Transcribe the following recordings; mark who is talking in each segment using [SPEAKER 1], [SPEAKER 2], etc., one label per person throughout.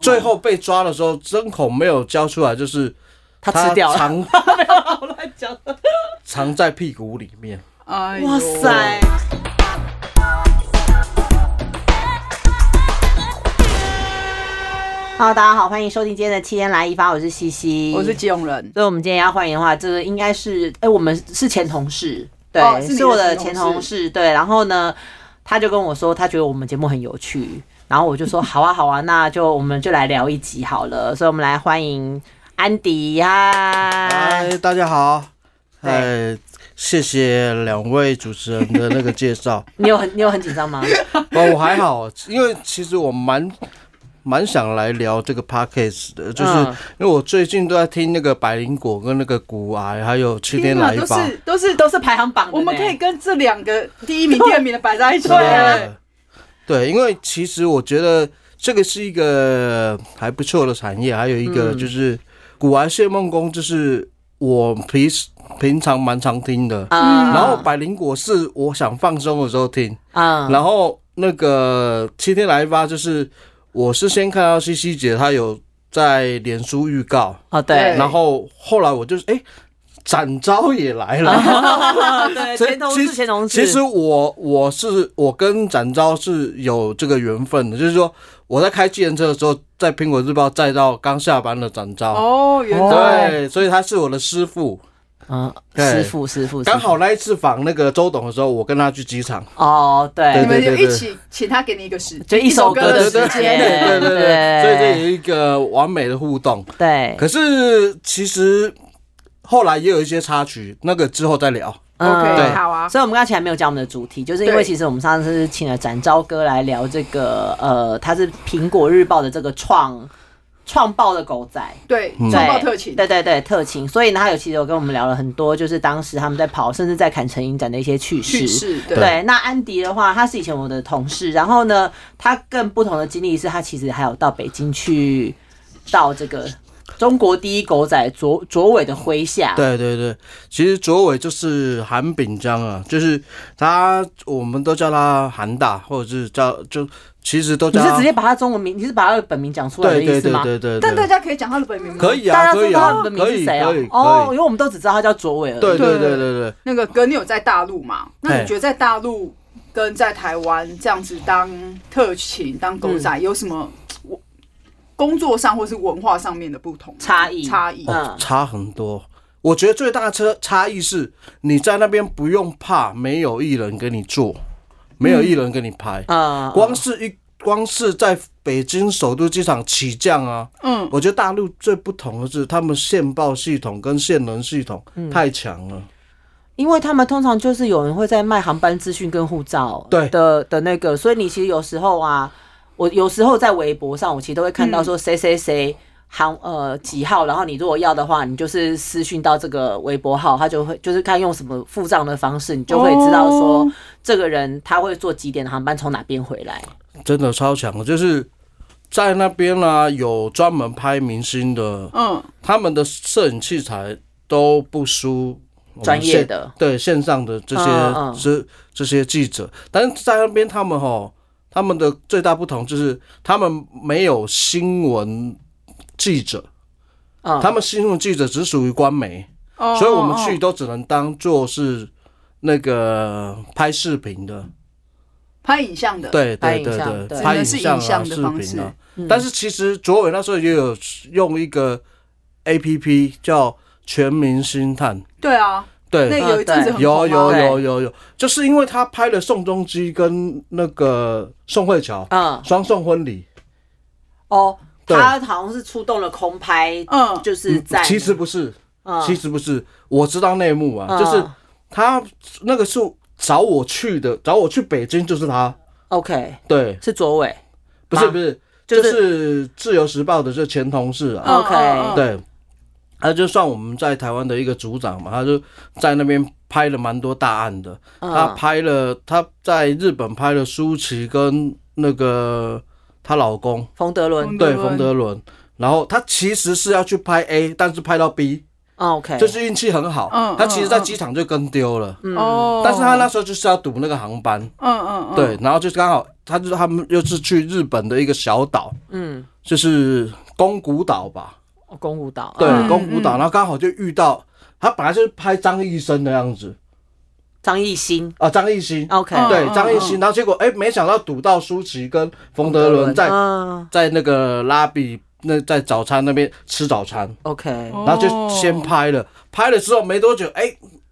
[SPEAKER 1] 最后被抓的时候，针孔没有交出来，就是
[SPEAKER 2] 他吃掉了，
[SPEAKER 1] 藏
[SPEAKER 2] 我乱讲。
[SPEAKER 1] 藏在屁股里面。
[SPEAKER 3] 哎呦
[SPEAKER 2] 哇塞！
[SPEAKER 3] ！Hello，大家好，欢迎收听今天的《七天来一发》，我是西西，
[SPEAKER 2] 我是。基隆人，
[SPEAKER 3] 所以，我们今天要欢迎的话，这个应该是，哎、我们是前同事，对，
[SPEAKER 2] 哦是你的
[SPEAKER 3] 我的
[SPEAKER 2] 前
[SPEAKER 3] 前
[SPEAKER 2] 同
[SPEAKER 3] 同事，对。然后呢，他就跟我说，他觉得我们节目很有趣，然后我 就说，好啊，好啊，那就我们就来聊一集好了。所以，我们来欢迎安迪嗨，
[SPEAKER 1] 嗨，大家好，哎，谢谢两位主持人的那个介绍。
[SPEAKER 3] 你有很你有很紧张 吗？
[SPEAKER 1] 哦，我还好，因为其实我蛮蛮想来聊这个 podcast 的，就是
[SPEAKER 3] 嗯
[SPEAKER 1] 因为我最近都在听那个百灵果跟那个骨癌，还有七天来一
[SPEAKER 2] 都
[SPEAKER 1] 发。
[SPEAKER 2] 是都是
[SPEAKER 3] 都是排行榜的呢，
[SPEAKER 2] 我们可以跟这两个第一名、第二名的摆在一
[SPEAKER 3] 啊
[SPEAKER 2] 起。
[SPEAKER 1] 对啊对，因为其实我觉得这个是一个还不错的产业，还有一
[SPEAKER 3] 嗯
[SPEAKER 1] 个就是古玩谢梦工，就是我平时平常蛮常听的。
[SPEAKER 3] 啊，
[SPEAKER 1] 然后百灵果是我想放松的时候听，
[SPEAKER 3] 啊，
[SPEAKER 1] 然后那个七天来一发就是我是先看到西西姐她有在脸书预告，
[SPEAKER 3] 哦
[SPEAKER 2] 对
[SPEAKER 3] 对，
[SPEAKER 1] 然后后来我就是哎。展昭也来 了，
[SPEAKER 3] 对，
[SPEAKER 1] 所以
[SPEAKER 3] 前同
[SPEAKER 1] 其
[SPEAKER 3] 事前同事，
[SPEAKER 1] 其实我我是我跟展昭是有这个缘分的，就是说我在开计程车的时候，在苹果日报载到刚下班的展昭，
[SPEAKER 2] 哦，原来
[SPEAKER 1] 对，所以他是我的师傅。
[SPEAKER 3] 嗯，
[SPEAKER 1] 对
[SPEAKER 3] 师傅师傅
[SPEAKER 1] 刚
[SPEAKER 3] 师
[SPEAKER 1] 好那一次访那个周董的时候，我跟他去机场，
[SPEAKER 3] 傅哦，
[SPEAKER 2] 你
[SPEAKER 3] 对，
[SPEAKER 2] 们就
[SPEAKER 1] 对对
[SPEAKER 2] 一
[SPEAKER 1] 对
[SPEAKER 2] 起请他给你一个时，
[SPEAKER 3] 就一首歌
[SPEAKER 2] 的
[SPEAKER 3] 的
[SPEAKER 1] 对
[SPEAKER 3] 时
[SPEAKER 1] 对
[SPEAKER 3] 间
[SPEAKER 1] 对对对对
[SPEAKER 3] 对
[SPEAKER 1] 对，所以这有一个完美的互动。
[SPEAKER 3] 对，
[SPEAKER 1] 可是其实后来也有一些插曲，那个之后再聊。对
[SPEAKER 2] OK，好啊。
[SPEAKER 3] 嗯所以，我们刚才还没有讲我们的主题，就是因为
[SPEAKER 2] 对
[SPEAKER 3] 其实我们上次是请了展昭哥来聊这个，呃，他是苹果日报的这个创创报的狗仔，
[SPEAKER 2] 对，
[SPEAKER 1] 嗯
[SPEAKER 2] 创报特勤，
[SPEAKER 3] 对对对，特勤。所以呢，他有其实有跟我们聊了很多，就是当时他们在跑，甚至在砍成影展的一些趣事。
[SPEAKER 2] 去世，对，
[SPEAKER 3] 对，那安迪的话，他是以前我的同事，然后呢，他更不同的经历是他其实还有到北京去到这个中国第一狗仔卓卓伟的麾下，
[SPEAKER 1] 对对对，其实卓伟就是韩炳江啊，就是他，我们都叫他韩大，或者是叫就其实都
[SPEAKER 3] 你
[SPEAKER 1] 叫
[SPEAKER 3] 是
[SPEAKER 1] 他
[SPEAKER 3] 直接把他中文名，你是把他的本名讲出来的
[SPEAKER 1] 啊对
[SPEAKER 3] 意
[SPEAKER 1] 对
[SPEAKER 3] 思
[SPEAKER 1] 对
[SPEAKER 3] 吗？
[SPEAKER 1] 对对，
[SPEAKER 2] 但大
[SPEAKER 1] 对
[SPEAKER 2] 家可以讲他的本名吗？
[SPEAKER 1] 可以
[SPEAKER 3] 大
[SPEAKER 1] 啊，
[SPEAKER 3] 家
[SPEAKER 1] 可
[SPEAKER 3] 知
[SPEAKER 1] 以
[SPEAKER 3] 道他
[SPEAKER 1] 啊，
[SPEAKER 3] 本名
[SPEAKER 1] 可
[SPEAKER 3] 是
[SPEAKER 1] 以
[SPEAKER 3] 谁啊
[SPEAKER 1] 可以？
[SPEAKER 3] 哦，因
[SPEAKER 1] 可以，
[SPEAKER 3] 为我们都只知道他叫卓伟而已。
[SPEAKER 1] 对对
[SPEAKER 2] 对
[SPEAKER 1] 对对哦对，
[SPEAKER 2] 那个哥，你有在大陆嘛？那
[SPEAKER 1] 嘿
[SPEAKER 2] 你觉得在大陆跟在台湾这样子当特勤、当狗仔有什么我工作上或是文化上面的不同
[SPEAKER 3] 差异
[SPEAKER 2] 差异，
[SPEAKER 3] 嗯
[SPEAKER 1] 哦，差很多。我觉得最大的差差异是，你在那边不用怕没有艺人跟你做，没有艺人跟你拍，
[SPEAKER 3] 啊，
[SPEAKER 1] 光是一光是在北京首都机场起降啊，
[SPEAKER 2] 嗯，
[SPEAKER 1] 我觉得大陆最不同的是他们线报系统跟线人系统
[SPEAKER 3] 嗯
[SPEAKER 1] 太强了，
[SPEAKER 3] 因为他们通常就是有人会在卖航班资讯跟护照
[SPEAKER 1] 对
[SPEAKER 3] 的的那个，所以你其实有时候啊，我有时候在微博上，我其实都会看到
[SPEAKER 1] 嗯
[SPEAKER 3] 说谁谁谁。航呃几号，然后你如果要的话，你就是私讯到这个微博号，他就会就是看用什么付账的方式，你就会知道说
[SPEAKER 2] 哦
[SPEAKER 3] 这个人他会坐几点的航班从哪边回来。
[SPEAKER 1] 真的超强的，就是。在那边呢、有专门拍明星的，
[SPEAKER 2] 嗯，
[SPEAKER 1] 他们的摄影器材都不输我们
[SPEAKER 3] 专业
[SPEAKER 1] 线
[SPEAKER 3] 的
[SPEAKER 1] 对线上的这些
[SPEAKER 3] 嗯嗯
[SPEAKER 1] 这这些记者，但是在那边他们哈，他们的最大不同就是他们没有新闻记者，
[SPEAKER 3] 嗯，
[SPEAKER 1] 他们新闻记者只属于官媒，
[SPEAKER 2] 哦
[SPEAKER 1] 所以我们去都只能当做是那个拍视频的，
[SPEAKER 2] 拍影像的，
[SPEAKER 1] 对
[SPEAKER 3] 拍
[SPEAKER 1] 对
[SPEAKER 3] 影
[SPEAKER 1] 对对，
[SPEAKER 3] 像对
[SPEAKER 1] 拍影
[SPEAKER 2] 只能是
[SPEAKER 1] 像
[SPEAKER 2] 影
[SPEAKER 1] 啊
[SPEAKER 2] 像的
[SPEAKER 1] 视
[SPEAKER 2] 方
[SPEAKER 1] 频啊。
[SPEAKER 3] 嗯
[SPEAKER 1] 但是其实卓伟那时候也有用一个 A P P 叫全民星探，
[SPEAKER 2] 对啊，那
[SPEAKER 1] 对。
[SPEAKER 2] 有一阵子很
[SPEAKER 1] 有
[SPEAKER 2] 红啊嘛
[SPEAKER 1] 有
[SPEAKER 3] 啊对
[SPEAKER 1] 有有有，就是因为他拍了宋仲基跟那个宋慧乔
[SPEAKER 3] 嗯
[SPEAKER 1] 双宋婚礼，
[SPEAKER 3] 哦，
[SPEAKER 1] 对
[SPEAKER 3] 他好像是出动了空拍，
[SPEAKER 2] 嗯，
[SPEAKER 3] 就是在
[SPEAKER 1] 其实不是，
[SPEAKER 3] 嗯
[SPEAKER 1] 其实不是，我知道内幕啊，
[SPEAKER 3] 嗯
[SPEAKER 1] 就是他那个是找我去的，找我去北京就是他，
[SPEAKER 3] OK
[SPEAKER 1] 对，
[SPEAKER 3] 是卓伟
[SPEAKER 1] 不是
[SPEAKER 3] 吗
[SPEAKER 1] 不是，就
[SPEAKER 3] 就
[SPEAKER 1] 是是《自由时报》的这前同事啊，
[SPEAKER 2] 嗯
[SPEAKER 3] OK
[SPEAKER 2] 嗯嗯
[SPEAKER 1] 对，他就算我们在台湾的一个组长嘛，他就在那边拍了蛮多大案的，他
[SPEAKER 3] 嗯
[SPEAKER 1] 拍了他在日本拍了舒淇跟那个她老公
[SPEAKER 3] 冯德伦
[SPEAKER 2] 冯德
[SPEAKER 1] 对
[SPEAKER 2] 伦
[SPEAKER 1] 冯德伦。然后他其实是要去拍 A，但是拍到 B，
[SPEAKER 3] 嗯 OK
[SPEAKER 1] 就是运气很好。
[SPEAKER 2] 嗯
[SPEAKER 1] 他其实，在机场就跟丢了，
[SPEAKER 3] 嗯
[SPEAKER 2] 哦，
[SPEAKER 1] 但是他那时候就是要赌那个航班，
[SPEAKER 2] 嗯，嗯嗯，
[SPEAKER 1] 对，然后就是刚好他就他们又是去日本的一个小岛，
[SPEAKER 3] 嗯，
[SPEAKER 1] 就是宫古岛吧？
[SPEAKER 3] 哦宫古岛，
[SPEAKER 1] 对
[SPEAKER 3] 嗯，
[SPEAKER 1] 宫古岛，然后刚好就遇到他本来就是拍张艺兴的样子
[SPEAKER 3] 张艺兴
[SPEAKER 1] 啊，张艺兴，
[SPEAKER 3] ，OK，
[SPEAKER 2] 嗯
[SPEAKER 1] 对
[SPEAKER 2] 嗯
[SPEAKER 1] 张艺兴，然后结果哎，没想到赌到舒淇跟冯德伦在
[SPEAKER 3] 嗯
[SPEAKER 1] 在那个拉比那在早餐那边吃早餐，
[SPEAKER 3] ，OK，
[SPEAKER 2] 哦
[SPEAKER 1] 然后就先拍了，拍了之后没多久，哎，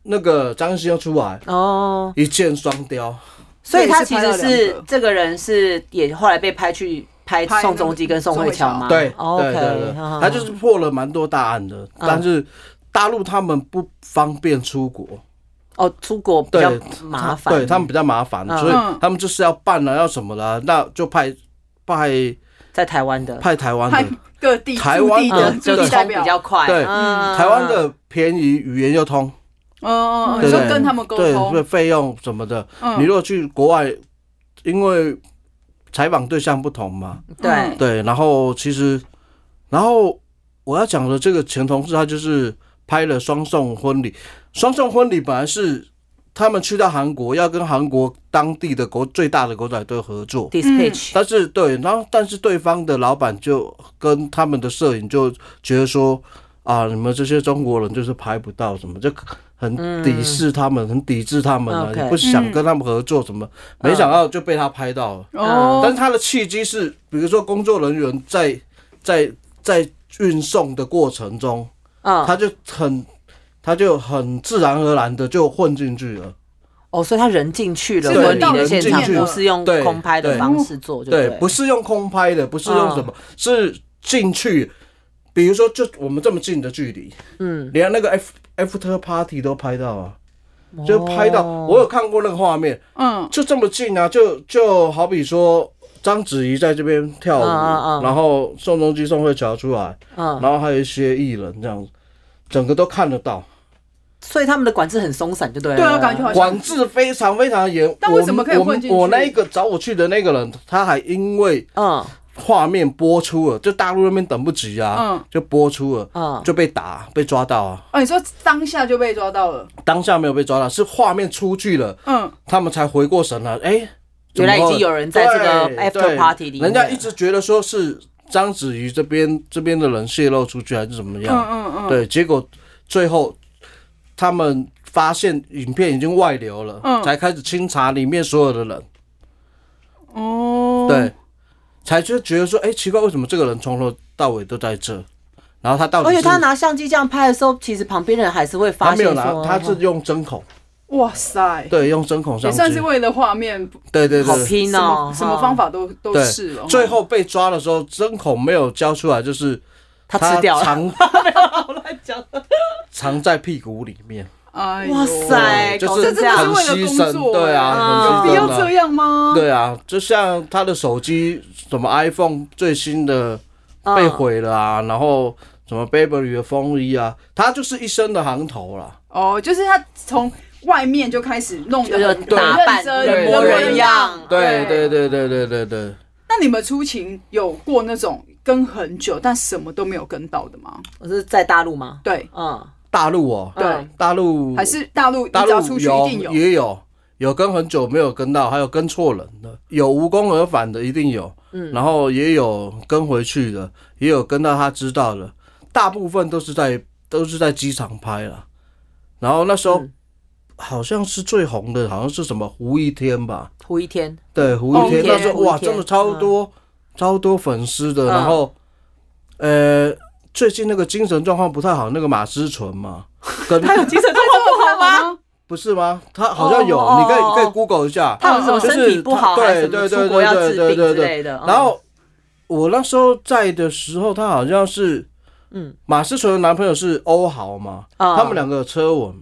[SPEAKER 1] 那个张艺兴又出来，
[SPEAKER 3] 哦，
[SPEAKER 1] 一箭双雕，
[SPEAKER 3] 所以他
[SPEAKER 2] 所
[SPEAKER 3] 其
[SPEAKER 2] 以是
[SPEAKER 3] 实
[SPEAKER 2] 拍了两
[SPEAKER 3] 是
[SPEAKER 2] 个
[SPEAKER 3] 这个人是也后来被拍去拍
[SPEAKER 2] 拍那个
[SPEAKER 3] 宋仲基跟宋慧乔吗？
[SPEAKER 1] 对，
[SPEAKER 3] 哦
[SPEAKER 1] 对对
[SPEAKER 3] ，OK，
[SPEAKER 1] 对，
[SPEAKER 3] 嗯
[SPEAKER 1] 他就是破了蛮多大案的，但是大陆他们不方便出国，
[SPEAKER 3] 哦，出国比较
[SPEAKER 1] 对
[SPEAKER 3] 麻烦，
[SPEAKER 1] 对他们比较麻烦，
[SPEAKER 3] 嗯
[SPEAKER 1] 所以他们就是要办了要什么
[SPEAKER 2] 嗯
[SPEAKER 1] 了，那就派派
[SPEAKER 3] 在台湾的，
[SPEAKER 1] 派台湾
[SPEAKER 2] 派
[SPEAKER 1] 的，
[SPEAKER 2] 各地
[SPEAKER 1] 嗯台
[SPEAKER 2] 驻
[SPEAKER 1] 湾
[SPEAKER 2] 地
[SPEAKER 1] 的
[SPEAKER 2] 的
[SPEAKER 3] 嗯，
[SPEAKER 2] 驻
[SPEAKER 3] 就
[SPEAKER 2] 地代
[SPEAKER 3] 冲
[SPEAKER 2] 表
[SPEAKER 3] 比，较快，
[SPEAKER 1] 对
[SPEAKER 3] 嗯
[SPEAKER 1] 台湾的便宜语言又通，
[SPEAKER 2] 嗯嗯，
[SPEAKER 1] 对
[SPEAKER 2] 嗯
[SPEAKER 1] 不
[SPEAKER 2] 就
[SPEAKER 1] 对？
[SPEAKER 2] 跟他们沟
[SPEAKER 1] 对，
[SPEAKER 2] 通
[SPEAKER 1] 对，费用什么的，你
[SPEAKER 2] 嗯，
[SPEAKER 1] 如果去国外，因为采访对象不同嘛，
[SPEAKER 3] 对
[SPEAKER 2] 嗯
[SPEAKER 1] 对，然后其实，然后我要讲的这个前同事，他就是拍了《双宋婚礼》。《双宋婚礼》本来是他们去到韩国，要跟韩国当地的狗最大的狗仔队合作，
[SPEAKER 2] 嗯
[SPEAKER 3] ，dispatch，
[SPEAKER 1] 但是对，然后但是对方的老板就跟他们的摄影就觉得说啊，你们这些中国人就是拍不到什么，就很抵视他们，很抵制他们啊，
[SPEAKER 3] OK
[SPEAKER 1] 也不想跟他们合作什么，没想到就被他拍到了。
[SPEAKER 3] 嗯
[SPEAKER 1] 但
[SPEAKER 2] 哦
[SPEAKER 1] 是，他的契机是，比如说工作人员在在在运送的过程中，
[SPEAKER 3] 嗯，
[SPEAKER 1] 他就很他就很自然而然的就混进去了。
[SPEAKER 3] 哦，所以他人进去了
[SPEAKER 2] 是
[SPEAKER 3] 婚礼
[SPEAKER 2] 到
[SPEAKER 3] 的
[SPEAKER 2] 人
[SPEAKER 3] 现
[SPEAKER 2] 进
[SPEAKER 3] 场，
[SPEAKER 2] 去
[SPEAKER 3] 不
[SPEAKER 2] 了
[SPEAKER 3] 是用
[SPEAKER 1] 对
[SPEAKER 3] 空拍的
[SPEAKER 1] 对
[SPEAKER 3] 方式做，就
[SPEAKER 1] 对，
[SPEAKER 3] 了
[SPEAKER 1] 不是用空拍的，不是用
[SPEAKER 2] 啊
[SPEAKER 1] 什么，是进去。比如说，就我们这么近的距离，
[SPEAKER 3] 嗯，
[SPEAKER 1] 连那个 F after party 都拍到啊，就拍到。
[SPEAKER 3] 哦
[SPEAKER 1] 我有看过那个画面，
[SPEAKER 2] 嗯
[SPEAKER 1] 就这么近啊，就就好比说章子怡在这边跳
[SPEAKER 2] 啊
[SPEAKER 1] 舞，
[SPEAKER 3] 嗯嗯嗯
[SPEAKER 1] 然后宋仲基、宋慧乔出来，
[SPEAKER 3] 嗯，
[SPEAKER 1] 然后还有一些艺人这样子，整个都看得到，
[SPEAKER 3] 所以他们的管制很松散，就对了，
[SPEAKER 2] 对啊感觉好像
[SPEAKER 1] 管制非常非常严。
[SPEAKER 2] 但
[SPEAKER 1] 我
[SPEAKER 2] 为什么可以
[SPEAKER 1] 我
[SPEAKER 2] 混进去
[SPEAKER 1] 我那一个找我去的那个人，他还因为
[SPEAKER 3] 嗯
[SPEAKER 1] 画面播出了，就大陆那边等不及啊，
[SPEAKER 2] 嗯
[SPEAKER 1] 就播出了，
[SPEAKER 3] 嗯，
[SPEAKER 1] 就被打被抓到啊。
[SPEAKER 2] 哦，你说当下就被抓到了，
[SPEAKER 1] 当下没有被抓到，是画面出去了，
[SPEAKER 2] 嗯，
[SPEAKER 1] 他们才回过神来。哎，
[SPEAKER 3] 原来已经
[SPEAKER 1] 怎么
[SPEAKER 3] 有人在这个
[SPEAKER 1] 对
[SPEAKER 3] after party
[SPEAKER 1] 对
[SPEAKER 3] 里
[SPEAKER 1] 人
[SPEAKER 3] 面，
[SPEAKER 1] 家一直觉得说是章子怡这边这边的人泄露出去还是怎么样，
[SPEAKER 2] 嗯嗯嗯，
[SPEAKER 1] 对，结果最后他们发现影片已经外流了，
[SPEAKER 2] 嗯
[SPEAKER 1] 才开始清查里面所有的人，
[SPEAKER 3] 嗯
[SPEAKER 2] 哦，
[SPEAKER 1] 对，才就觉得说，哎、奇怪，为什么这个人从头到尾都在这？然后他到底
[SPEAKER 3] 而
[SPEAKER 1] 是
[SPEAKER 3] 且他拿相机这样拍的时候，其实旁边人还是会
[SPEAKER 1] 他
[SPEAKER 3] 发
[SPEAKER 1] 没
[SPEAKER 3] 现
[SPEAKER 1] 有
[SPEAKER 3] 说，
[SPEAKER 1] 拿，他是用针孔，
[SPEAKER 2] 哇塞，
[SPEAKER 1] 对，用针孔相
[SPEAKER 2] 也
[SPEAKER 1] 机，
[SPEAKER 2] 算是为了画面，
[SPEAKER 1] 对对
[SPEAKER 3] 好
[SPEAKER 1] 对。
[SPEAKER 3] 拼
[SPEAKER 2] 什
[SPEAKER 3] 哦
[SPEAKER 2] 么，什么方
[SPEAKER 3] 法
[SPEAKER 2] 法都都
[SPEAKER 1] 对
[SPEAKER 2] 试了，
[SPEAKER 1] 最后被抓的时候，针孔没有交出来，就是
[SPEAKER 3] 他吃掉了，
[SPEAKER 1] 藏
[SPEAKER 3] 乱讲，
[SPEAKER 1] 藏在屁股里面。
[SPEAKER 2] 哎 呦，
[SPEAKER 3] 哇
[SPEAKER 1] 对
[SPEAKER 3] 塞，
[SPEAKER 1] 就
[SPEAKER 3] 搞
[SPEAKER 1] 是
[SPEAKER 3] 成这
[SPEAKER 2] 这真的是
[SPEAKER 3] 样，
[SPEAKER 2] 为了
[SPEAKER 1] 很牺
[SPEAKER 2] 工
[SPEAKER 1] 牲
[SPEAKER 2] 作，
[SPEAKER 1] 对啊
[SPEAKER 2] 哎
[SPEAKER 3] 很牺牲啊
[SPEAKER 2] 有必要这样吗？
[SPEAKER 1] 对啊，就像他的手机，什么 iPhone 最新的被
[SPEAKER 3] 嗯
[SPEAKER 1] 毁了啊，然后什么 Burberry 的风衣啊，他就是一身的行头啦。
[SPEAKER 2] 哦，就是他从外面就开始弄
[SPEAKER 3] 就
[SPEAKER 2] 得
[SPEAKER 3] 是
[SPEAKER 2] 很
[SPEAKER 3] 打扮
[SPEAKER 2] 认真
[SPEAKER 1] 对
[SPEAKER 2] 人
[SPEAKER 1] 模
[SPEAKER 2] 模
[SPEAKER 1] 人
[SPEAKER 2] 人
[SPEAKER 3] 样
[SPEAKER 1] 对对对
[SPEAKER 2] 对。
[SPEAKER 1] 对对对对，
[SPEAKER 2] 那你们出勤有过那种跟很久但什么都没有跟到的吗？
[SPEAKER 3] 我是在大陆吗？
[SPEAKER 2] 对
[SPEAKER 3] 嗯，
[SPEAKER 1] 大陆哦，
[SPEAKER 2] 对
[SPEAKER 3] 嗯
[SPEAKER 1] 大陆
[SPEAKER 2] 还是大陆，你
[SPEAKER 1] 大
[SPEAKER 2] 只要
[SPEAKER 1] 陆
[SPEAKER 2] 出去一定
[SPEAKER 1] 有
[SPEAKER 2] 有。
[SPEAKER 1] 也有有跟很久没有跟到，还有跟错人的，有无功而返的一定有，嗯，然后也有跟回去的，也有跟到他知道的，大部分都是在都是在机场拍了，然后那时候。
[SPEAKER 3] 嗯
[SPEAKER 1] 好像是最红的，好像是什么胡一天吧？
[SPEAKER 3] 胡一天，
[SPEAKER 1] 对，胡一天
[SPEAKER 2] 哦
[SPEAKER 1] 那时候
[SPEAKER 3] 胡一天
[SPEAKER 1] 哇，真的超多、超多粉丝的。
[SPEAKER 3] 嗯
[SPEAKER 1] 然后，呃，最近那个精神状况不太好，那个马思纯嘛，跟
[SPEAKER 3] 精神状况不好吗？
[SPEAKER 2] 吗？
[SPEAKER 1] 不是吗？他好像有，
[SPEAKER 3] 哦哦
[SPEAKER 1] 你可以
[SPEAKER 3] 哦
[SPEAKER 1] 可以 Google 一下。
[SPEAKER 3] 他有什么
[SPEAKER 1] 就是
[SPEAKER 3] 身体不好，
[SPEAKER 1] 他
[SPEAKER 3] 还是什
[SPEAKER 1] 对对
[SPEAKER 3] 么出
[SPEAKER 1] 对
[SPEAKER 3] 国
[SPEAKER 1] 对
[SPEAKER 3] 要
[SPEAKER 1] 对
[SPEAKER 3] 治
[SPEAKER 1] 对
[SPEAKER 3] 病之
[SPEAKER 1] 对
[SPEAKER 3] 类
[SPEAKER 1] 对。
[SPEAKER 3] 的？嗯
[SPEAKER 1] 然后我那时候在的时候，他好像是，
[SPEAKER 3] 嗯，
[SPEAKER 1] 马思纯的男朋友是欧豪嘛，
[SPEAKER 3] 嗯
[SPEAKER 1] 他们两个有车吻，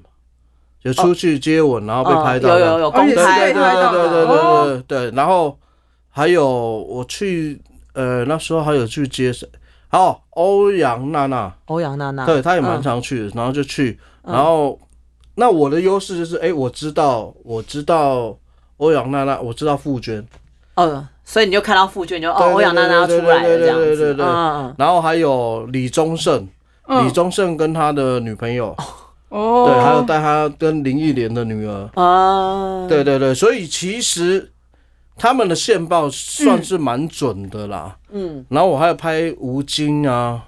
[SPEAKER 1] 有出去接吻，然后哦被
[SPEAKER 3] 嗯
[SPEAKER 1] 拍到
[SPEAKER 3] 有
[SPEAKER 1] 的。
[SPEAKER 3] 有有公
[SPEAKER 1] 对对对
[SPEAKER 3] 开
[SPEAKER 2] 被拍到
[SPEAKER 1] 对
[SPEAKER 2] 的
[SPEAKER 1] 对
[SPEAKER 2] 哦
[SPEAKER 1] 对对对，然后还有我去呃那时候还有去接谁？哦，欧阳娜娜，
[SPEAKER 3] 欧阳娜娜，
[SPEAKER 1] 对，她也蛮
[SPEAKER 3] 嗯
[SPEAKER 1] 常去的，然后就去，然后那我的优势就是，哎，我知道我知道欧阳娜娜，我知道傅娟，
[SPEAKER 3] 哦，所以你就看到傅娟，你就
[SPEAKER 1] 对
[SPEAKER 3] 哦，
[SPEAKER 1] 对
[SPEAKER 3] 欧阳娜娜要出来了
[SPEAKER 1] 对对对
[SPEAKER 3] 这样
[SPEAKER 1] 对对
[SPEAKER 3] 子，
[SPEAKER 1] 对对
[SPEAKER 3] 嗯，嗯
[SPEAKER 1] 然后还有李宗盛，
[SPEAKER 2] 嗯
[SPEAKER 1] 李宗盛跟他的女朋友，
[SPEAKER 2] 哦，
[SPEAKER 1] 对，还有带他跟林忆莲的女儿，
[SPEAKER 3] 嗯，啊
[SPEAKER 1] 对对对，所以其实他们的线报算是蛮准的啦。
[SPEAKER 3] 嗯，
[SPEAKER 1] 然后我还有拍吴京啊，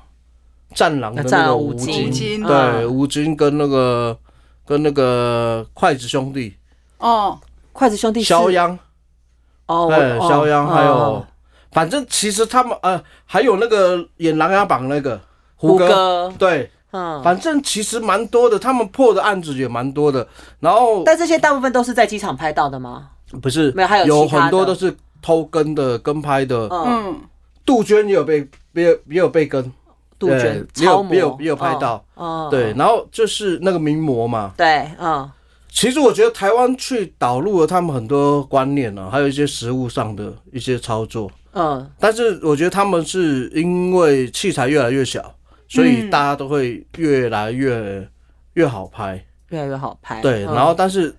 [SPEAKER 1] 战狼的那
[SPEAKER 3] 战
[SPEAKER 1] 个
[SPEAKER 3] 狼
[SPEAKER 1] 吴
[SPEAKER 3] 吴
[SPEAKER 1] 京，
[SPEAKER 3] 京
[SPEAKER 2] 吴京
[SPEAKER 1] 对，
[SPEAKER 3] 嗯
[SPEAKER 1] 吴京跟那个跟那个筷子兄弟
[SPEAKER 2] 哦，
[SPEAKER 3] 筷子兄弟是
[SPEAKER 1] 肖央，
[SPEAKER 3] 哦，我
[SPEAKER 1] 对，
[SPEAKER 3] 哦
[SPEAKER 1] 哎肖央还有
[SPEAKER 3] 哦，
[SPEAKER 1] 反正其实他们呃，还有那个演《琅琊榜》那个胡
[SPEAKER 3] 胡
[SPEAKER 1] 歌，
[SPEAKER 3] 歌，
[SPEAKER 1] 对，
[SPEAKER 3] 嗯，
[SPEAKER 1] 反正其实蛮多的，他们破的案子也蛮多的。然后
[SPEAKER 3] 但这些大部分都是在机场拍到的吗？
[SPEAKER 1] 不是
[SPEAKER 3] 没有还有
[SPEAKER 1] 有
[SPEAKER 3] 其他
[SPEAKER 1] 很多
[SPEAKER 3] 的
[SPEAKER 1] 都是偷跟的、跟拍的，
[SPEAKER 3] 嗯，
[SPEAKER 2] 嗯，
[SPEAKER 1] 杜鹃也有被也有也有被跟，
[SPEAKER 3] 杜
[SPEAKER 1] 对
[SPEAKER 3] 鹃
[SPEAKER 1] 也有
[SPEAKER 3] 超模
[SPEAKER 1] 也有也有拍到，
[SPEAKER 3] 哦，哦
[SPEAKER 1] 对，然后就是那个名模嘛。
[SPEAKER 3] 对，嗯
[SPEAKER 1] 其实我觉得台湾去导入了他们很多观念啊，还有一些实物上的一些操作。
[SPEAKER 3] 嗯，
[SPEAKER 1] 但是我觉得他们是因为器材越来越小，所以大家都会越来越越好拍。
[SPEAKER 3] 越来越好拍，
[SPEAKER 1] 对，
[SPEAKER 3] 嗯
[SPEAKER 1] 然后但是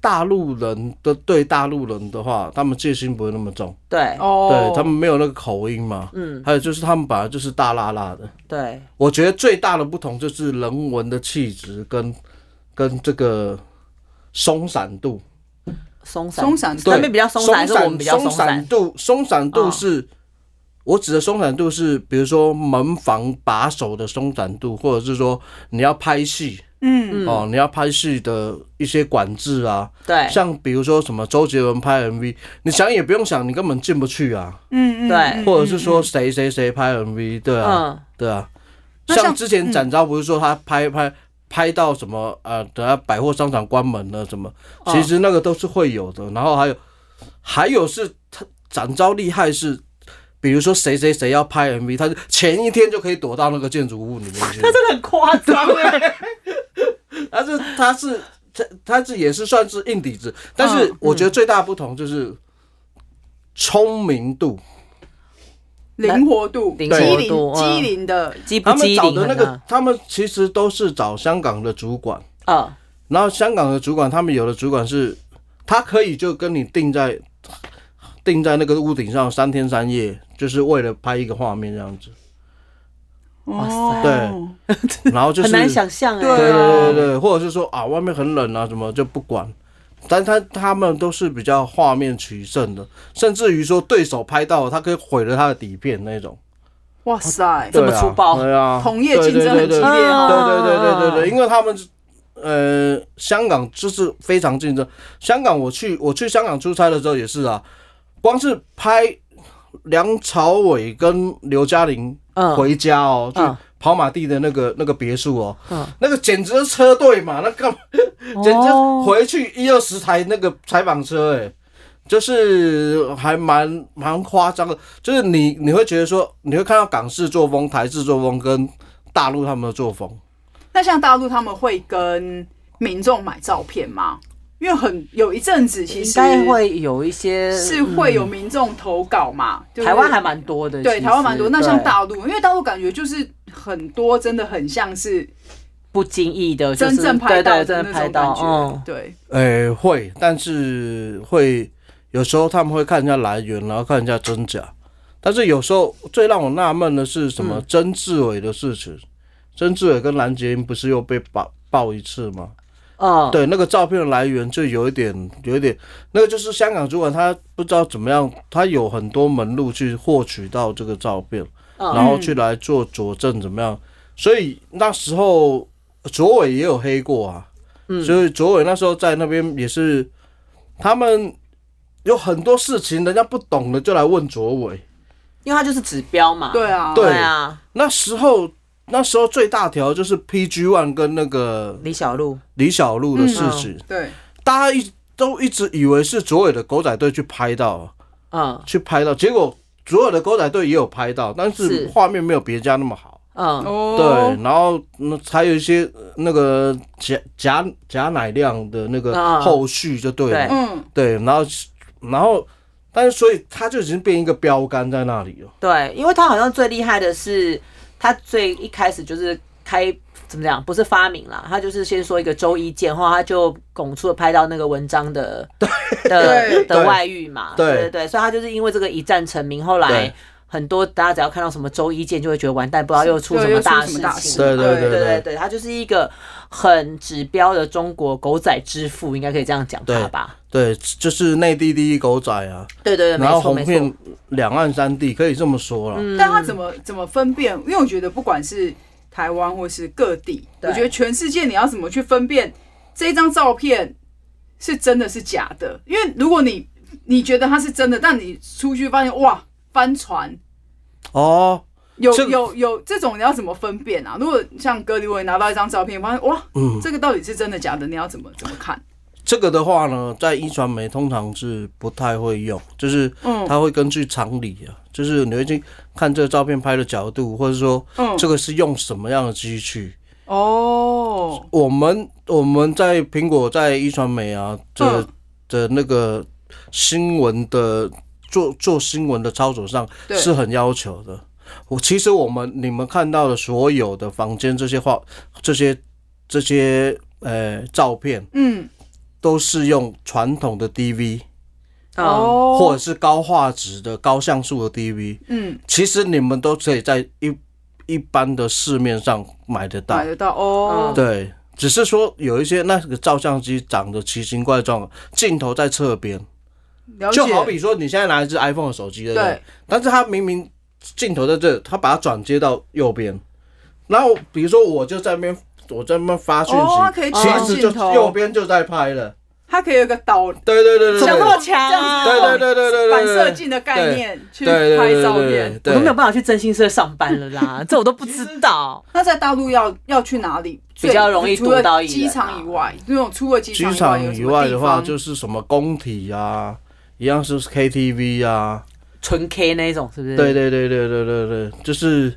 [SPEAKER 1] 大陆人的对大陆人的话，他们戒心不会那么重，
[SPEAKER 3] 对，
[SPEAKER 2] 哦，
[SPEAKER 1] 对他们没有那个口音嘛。
[SPEAKER 3] 嗯
[SPEAKER 1] 还有就是他们本来就是大辣辣的。
[SPEAKER 3] 对，
[SPEAKER 1] 我觉得最大的不同就是人文的气质跟跟这个松散度，
[SPEAKER 3] 松散
[SPEAKER 2] 松散
[SPEAKER 1] 对
[SPEAKER 3] 那边比较松散，还是我们比较
[SPEAKER 1] 松
[SPEAKER 3] 散？
[SPEAKER 1] 度，松散度
[SPEAKER 3] 嗯
[SPEAKER 1] 是、我指的松散度是，比如说门房把手的松散度，或者是说你要拍戏、
[SPEAKER 2] 嗯，
[SPEAKER 1] 哦，你要拍戏的一些管制啊，
[SPEAKER 3] 对，
[SPEAKER 1] 像比如说什么周杰伦拍 MV，你想也不用想，你根本进不去啊，
[SPEAKER 2] 嗯嗯，
[SPEAKER 3] 对
[SPEAKER 2] 嗯
[SPEAKER 1] 或者是说谁谁谁拍 MV，对啊，
[SPEAKER 3] 嗯，
[SPEAKER 1] 对啊，
[SPEAKER 2] 那像
[SPEAKER 1] 像之前展昭不是说他拍拍拍到什么呃，等下百货商场关门了什么，
[SPEAKER 3] 哦
[SPEAKER 1] 其实那个都是会有的。然后还有还有是他展昭厉害是，比如说谁谁谁要拍 MV，他是前一天就可以躲到那个建筑物里面去。
[SPEAKER 3] 这个很夸张 哎，
[SPEAKER 1] 但是他是他他是也是算是硬底子，但
[SPEAKER 3] 嗯
[SPEAKER 1] 是我觉得最大不同就是聪明度，
[SPEAKER 2] 灵活度、机
[SPEAKER 3] 灵
[SPEAKER 1] 活
[SPEAKER 2] 灵、
[SPEAKER 3] 度嗯
[SPEAKER 2] 机灵的，
[SPEAKER 3] 机不
[SPEAKER 1] 他们
[SPEAKER 3] 机
[SPEAKER 1] 找
[SPEAKER 3] 灵
[SPEAKER 1] 的那
[SPEAKER 3] 很
[SPEAKER 1] 个
[SPEAKER 3] 啊？
[SPEAKER 1] 他们其实都是找香港的主管。
[SPEAKER 3] 嗯，
[SPEAKER 1] 然后香港的主管，他们有的主管是，他可以就跟你定在定在那个屋顶上三天三夜，就是为了拍一个画面这样 子。
[SPEAKER 3] 哇塞
[SPEAKER 2] 哦，
[SPEAKER 1] 然后就是
[SPEAKER 3] 很难想象哎，
[SPEAKER 1] 对
[SPEAKER 2] 对
[SPEAKER 1] 对对
[SPEAKER 2] 啊
[SPEAKER 1] 对，或者是说啊，外面很冷啊，什么就不管。但他他们都是比较画面取胜的，甚至于说对手拍到了，他可以毁了他的底片那种。
[SPEAKER 2] 哇塞，
[SPEAKER 3] 这么
[SPEAKER 1] 对啊
[SPEAKER 3] 粗暴
[SPEAKER 1] 对啊，
[SPEAKER 2] 同业竞争
[SPEAKER 1] 对对
[SPEAKER 2] 很激
[SPEAKER 1] 对对
[SPEAKER 2] 烈
[SPEAKER 3] 嗯
[SPEAKER 2] 哦，
[SPEAKER 1] 对对对对对对，因为他们是呃，香港就是非常竞争。香港我去我去香港出差的时候也是啊，光是拍梁朝伟跟刘嘉玲
[SPEAKER 3] 嗯，
[SPEAKER 1] 回家哦，
[SPEAKER 3] 嗯
[SPEAKER 1] 去跑马地的那个那个别墅哦，
[SPEAKER 3] 嗯
[SPEAKER 1] 那个简直是车队嘛，那干嘛简直
[SPEAKER 3] 哦
[SPEAKER 1] 回去一二十台那个采访车哎、就是还蛮蛮夸张的，就是你你会觉得说，你会看到港式作风、台式作风跟大陆他们的作风，
[SPEAKER 2] 那像大陆他们会跟民众买照片吗？因为很有一阵子其
[SPEAKER 3] 应
[SPEAKER 2] 实
[SPEAKER 3] 该会有一些嗯
[SPEAKER 2] 是会有民众投稿嘛，对不对
[SPEAKER 3] 台湾还蛮多的，
[SPEAKER 2] 对
[SPEAKER 3] 其实
[SPEAKER 2] 台湾蛮多。那像
[SPEAKER 3] 对
[SPEAKER 2] 大陆，因为大陆感觉就是很多真的很像是
[SPEAKER 3] 不经意的，就
[SPEAKER 2] 真
[SPEAKER 3] 是
[SPEAKER 2] 正拍到
[SPEAKER 3] 对对
[SPEAKER 2] 的
[SPEAKER 3] 真的
[SPEAKER 2] 那
[SPEAKER 3] 拍
[SPEAKER 2] 种
[SPEAKER 3] 到
[SPEAKER 2] 感，
[SPEAKER 3] 嗯
[SPEAKER 2] 觉，，对，
[SPEAKER 1] 哎、会，但是会有时候他们会看一下来源，然后看一下真假。但是有时候最让我纳闷的是什么？曾志伟的事情，曾志伟跟蓝洁瑛不是又被爆爆一次吗？
[SPEAKER 3] 嗯，
[SPEAKER 1] 对，那个照片的来源就有一点，有一点，那个就是香港主管他不知道怎么样，他有很多门路去获取到这个照片，
[SPEAKER 3] 嗯
[SPEAKER 1] 然后去来做佐证怎么样？所以那时候卓伟也有黑过啊，所以卓伟那时候在那边也是，他们有很多事情人家不懂的就来问卓伟，
[SPEAKER 3] 因为它就是指标嘛，
[SPEAKER 2] 对啊，
[SPEAKER 1] 对
[SPEAKER 3] 啊，
[SPEAKER 1] 那时候。那时候最大条就是 PG One 跟那个
[SPEAKER 3] 李小璐，
[SPEAKER 1] 李小璐的事情，
[SPEAKER 2] 对，
[SPEAKER 1] 大家一都一直以为是卓伟的狗仔队去拍到，
[SPEAKER 3] 嗯
[SPEAKER 1] 去拍到，结果卓伟的狗仔队也有拍到，但是
[SPEAKER 3] 是
[SPEAKER 1] 画面没有别家那么好。
[SPEAKER 3] 嗯，
[SPEAKER 2] 哦，
[SPEAKER 1] 对，然后那还有一些呃那个贾贾贾乃亮的那个
[SPEAKER 3] 啊
[SPEAKER 1] 后续就对了，
[SPEAKER 2] 嗯，
[SPEAKER 1] 对，然后然后但是所以他就已经变一个标杆在那里了。
[SPEAKER 3] 对，因为他好像最厉害的是，他最一开始就是开。怎么讲？不是发明啦，他就是先说一个周一见，后来他就拱出了拍到那个文章的的
[SPEAKER 2] 对
[SPEAKER 3] 的外遇嘛，
[SPEAKER 1] 对
[SPEAKER 3] 对对，所以他就是因为这个一战成名，后
[SPEAKER 1] 对
[SPEAKER 3] 来很多大家只要看到什么周一见，就会觉得完蛋，不知道又出什
[SPEAKER 2] 对
[SPEAKER 3] 么
[SPEAKER 2] 又出
[SPEAKER 3] 大
[SPEAKER 2] 什
[SPEAKER 3] 事
[SPEAKER 2] 么大
[SPEAKER 3] 情。
[SPEAKER 2] 事
[SPEAKER 1] 对
[SPEAKER 3] 对
[SPEAKER 1] 对
[SPEAKER 3] 对
[SPEAKER 1] 对
[SPEAKER 3] 对，他就是一个很指标的中国狗仔之父，应该可以这样讲他
[SPEAKER 1] 对
[SPEAKER 3] 吧？
[SPEAKER 1] 对，就是内地第一狗仔啊，
[SPEAKER 3] 对对对，
[SPEAKER 1] 然后
[SPEAKER 3] 没错嗯
[SPEAKER 1] 红
[SPEAKER 3] 没错。
[SPEAKER 1] 遍两岸三地，可以这么说了。
[SPEAKER 2] 但他怎么怎么分辨？因为我觉得不管是台湾或是各地，
[SPEAKER 3] 对
[SPEAKER 2] 我觉得全世界你要怎么去分辨这张照片是真的是假的？因为如果你你觉得它是真的，但你出去发现哇帆船
[SPEAKER 1] 哦，
[SPEAKER 2] 有
[SPEAKER 1] 这个
[SPEAKER 2] 有有这种，你要怎么分辨啊？如果像哥里维拿到一张照片，发现哇，
[SPEAKER 1] 嗯
[SPEAKER 2] 这个到底是真的假的？你要怎么怎么看？
[SPEAKER 1] 这个的话呢，在一传媒通常是不太会用，就是
[SPEAKER 2] 嗯
[SPEAKER 1] 它会根据常理啊，就是你会去看这个照片拍的角度，或者说
[SPEAKER 2] 嗯，
[SPEAKER 1] 这个是用什么样的机器。
[SPEAKER 2] 哦，
[SPEAKER 1] 我们我们在苹果在一传媒啊的
[SPEAKER 2] 嗯
[SPEAKER 1] 的那个新闻的做做新闻的操作上
[SPEAKER 2] 对嗯
[SPEAKER 1] 是很要求的。我其实我们你们看到的所有的房间这些画这些这些呃照片，
[SPEAKER 2] 嗯，
[SPEAKER 1] 都是用传统的 DV
[SPEAKER 3] 嗯，
[SPEAKER 2] 哦，
[SPEAKER 1] 或者是高画质的高像素的 DV，
[SPEAKER 2] 嗯，
[SPEAKER 1] 其实你们都可以在一一般的市面上买得到
[SPEAKER 2] 买。得到哦，
[SPEAKER 1] 对，只是说有一些那个照相机长得奇形怪状，镜头在侧边，
[SPEAKER 2] 了解，
[SPEAKER 1] 就好比说你现在拿一只 iPhone 的手机，对不对
[SPEAKER 2] 对？
[SPEAKER 1] 但是它明明镜头在这，它把它转接到右边，然后比如说我就在那边。我在那边发讯息，
[SPEAKER 2] 哦它可以
[SPEAKER 1] 其实就
[SPEAKER 2] 转镜头
[SPEAKER 1] 右边就在拍了，
[SPEAKER 2] 它可以有个导
[SPEAKER 1] 对对对对
[SPEAKER 3] 怎么那
[SPEAKER 1] 对
[SPEAKER 3] 么强啊？
[SPEAKER 1] 对对对对对对，
[SPEAKER 2] 反射镜的概念去
[SPEAKER 1] 对对对
[SPEAKER 2] 拍
[SPEAKER 1] 对
[SPEAKER 2] 照
[SPEAKER 1] 对
[SPEAKER 2] 片。
[SPEAKER 3] 我
[SPEAKER 1] 对
[SPEAKER 3] 都没有办法去真心社上班了 啦，这我都不知道。
[SPEAKER 2] 那在大陆要要去哪里
[SPEAKER 3] 比较容易
[SPEAKER 2] 最除了
[SPEAKER 3] 堵到艺人啊
[SPEAKER 2] 机场以外，那种除了机
[SPEAKER 1] 机
[SPEAKER 2] 场
[SPEAKER 1] 场以
[SPEAKER 2] 以
[SPEAKER 1] 外
[SPEAKER 2] 外
[SPEAKER 1] 的
[SPEAKER 2] 有什么地
[SPEAKER 1] 话，
[SPEAKER 2] 方
[SPEAKER 1] 就是什么工体啊，一样是 KTV 啊，
[SPEAKER 3] 纯 K 那一种是不是？
[SPEAKER 1] 对对对对对对对，就是，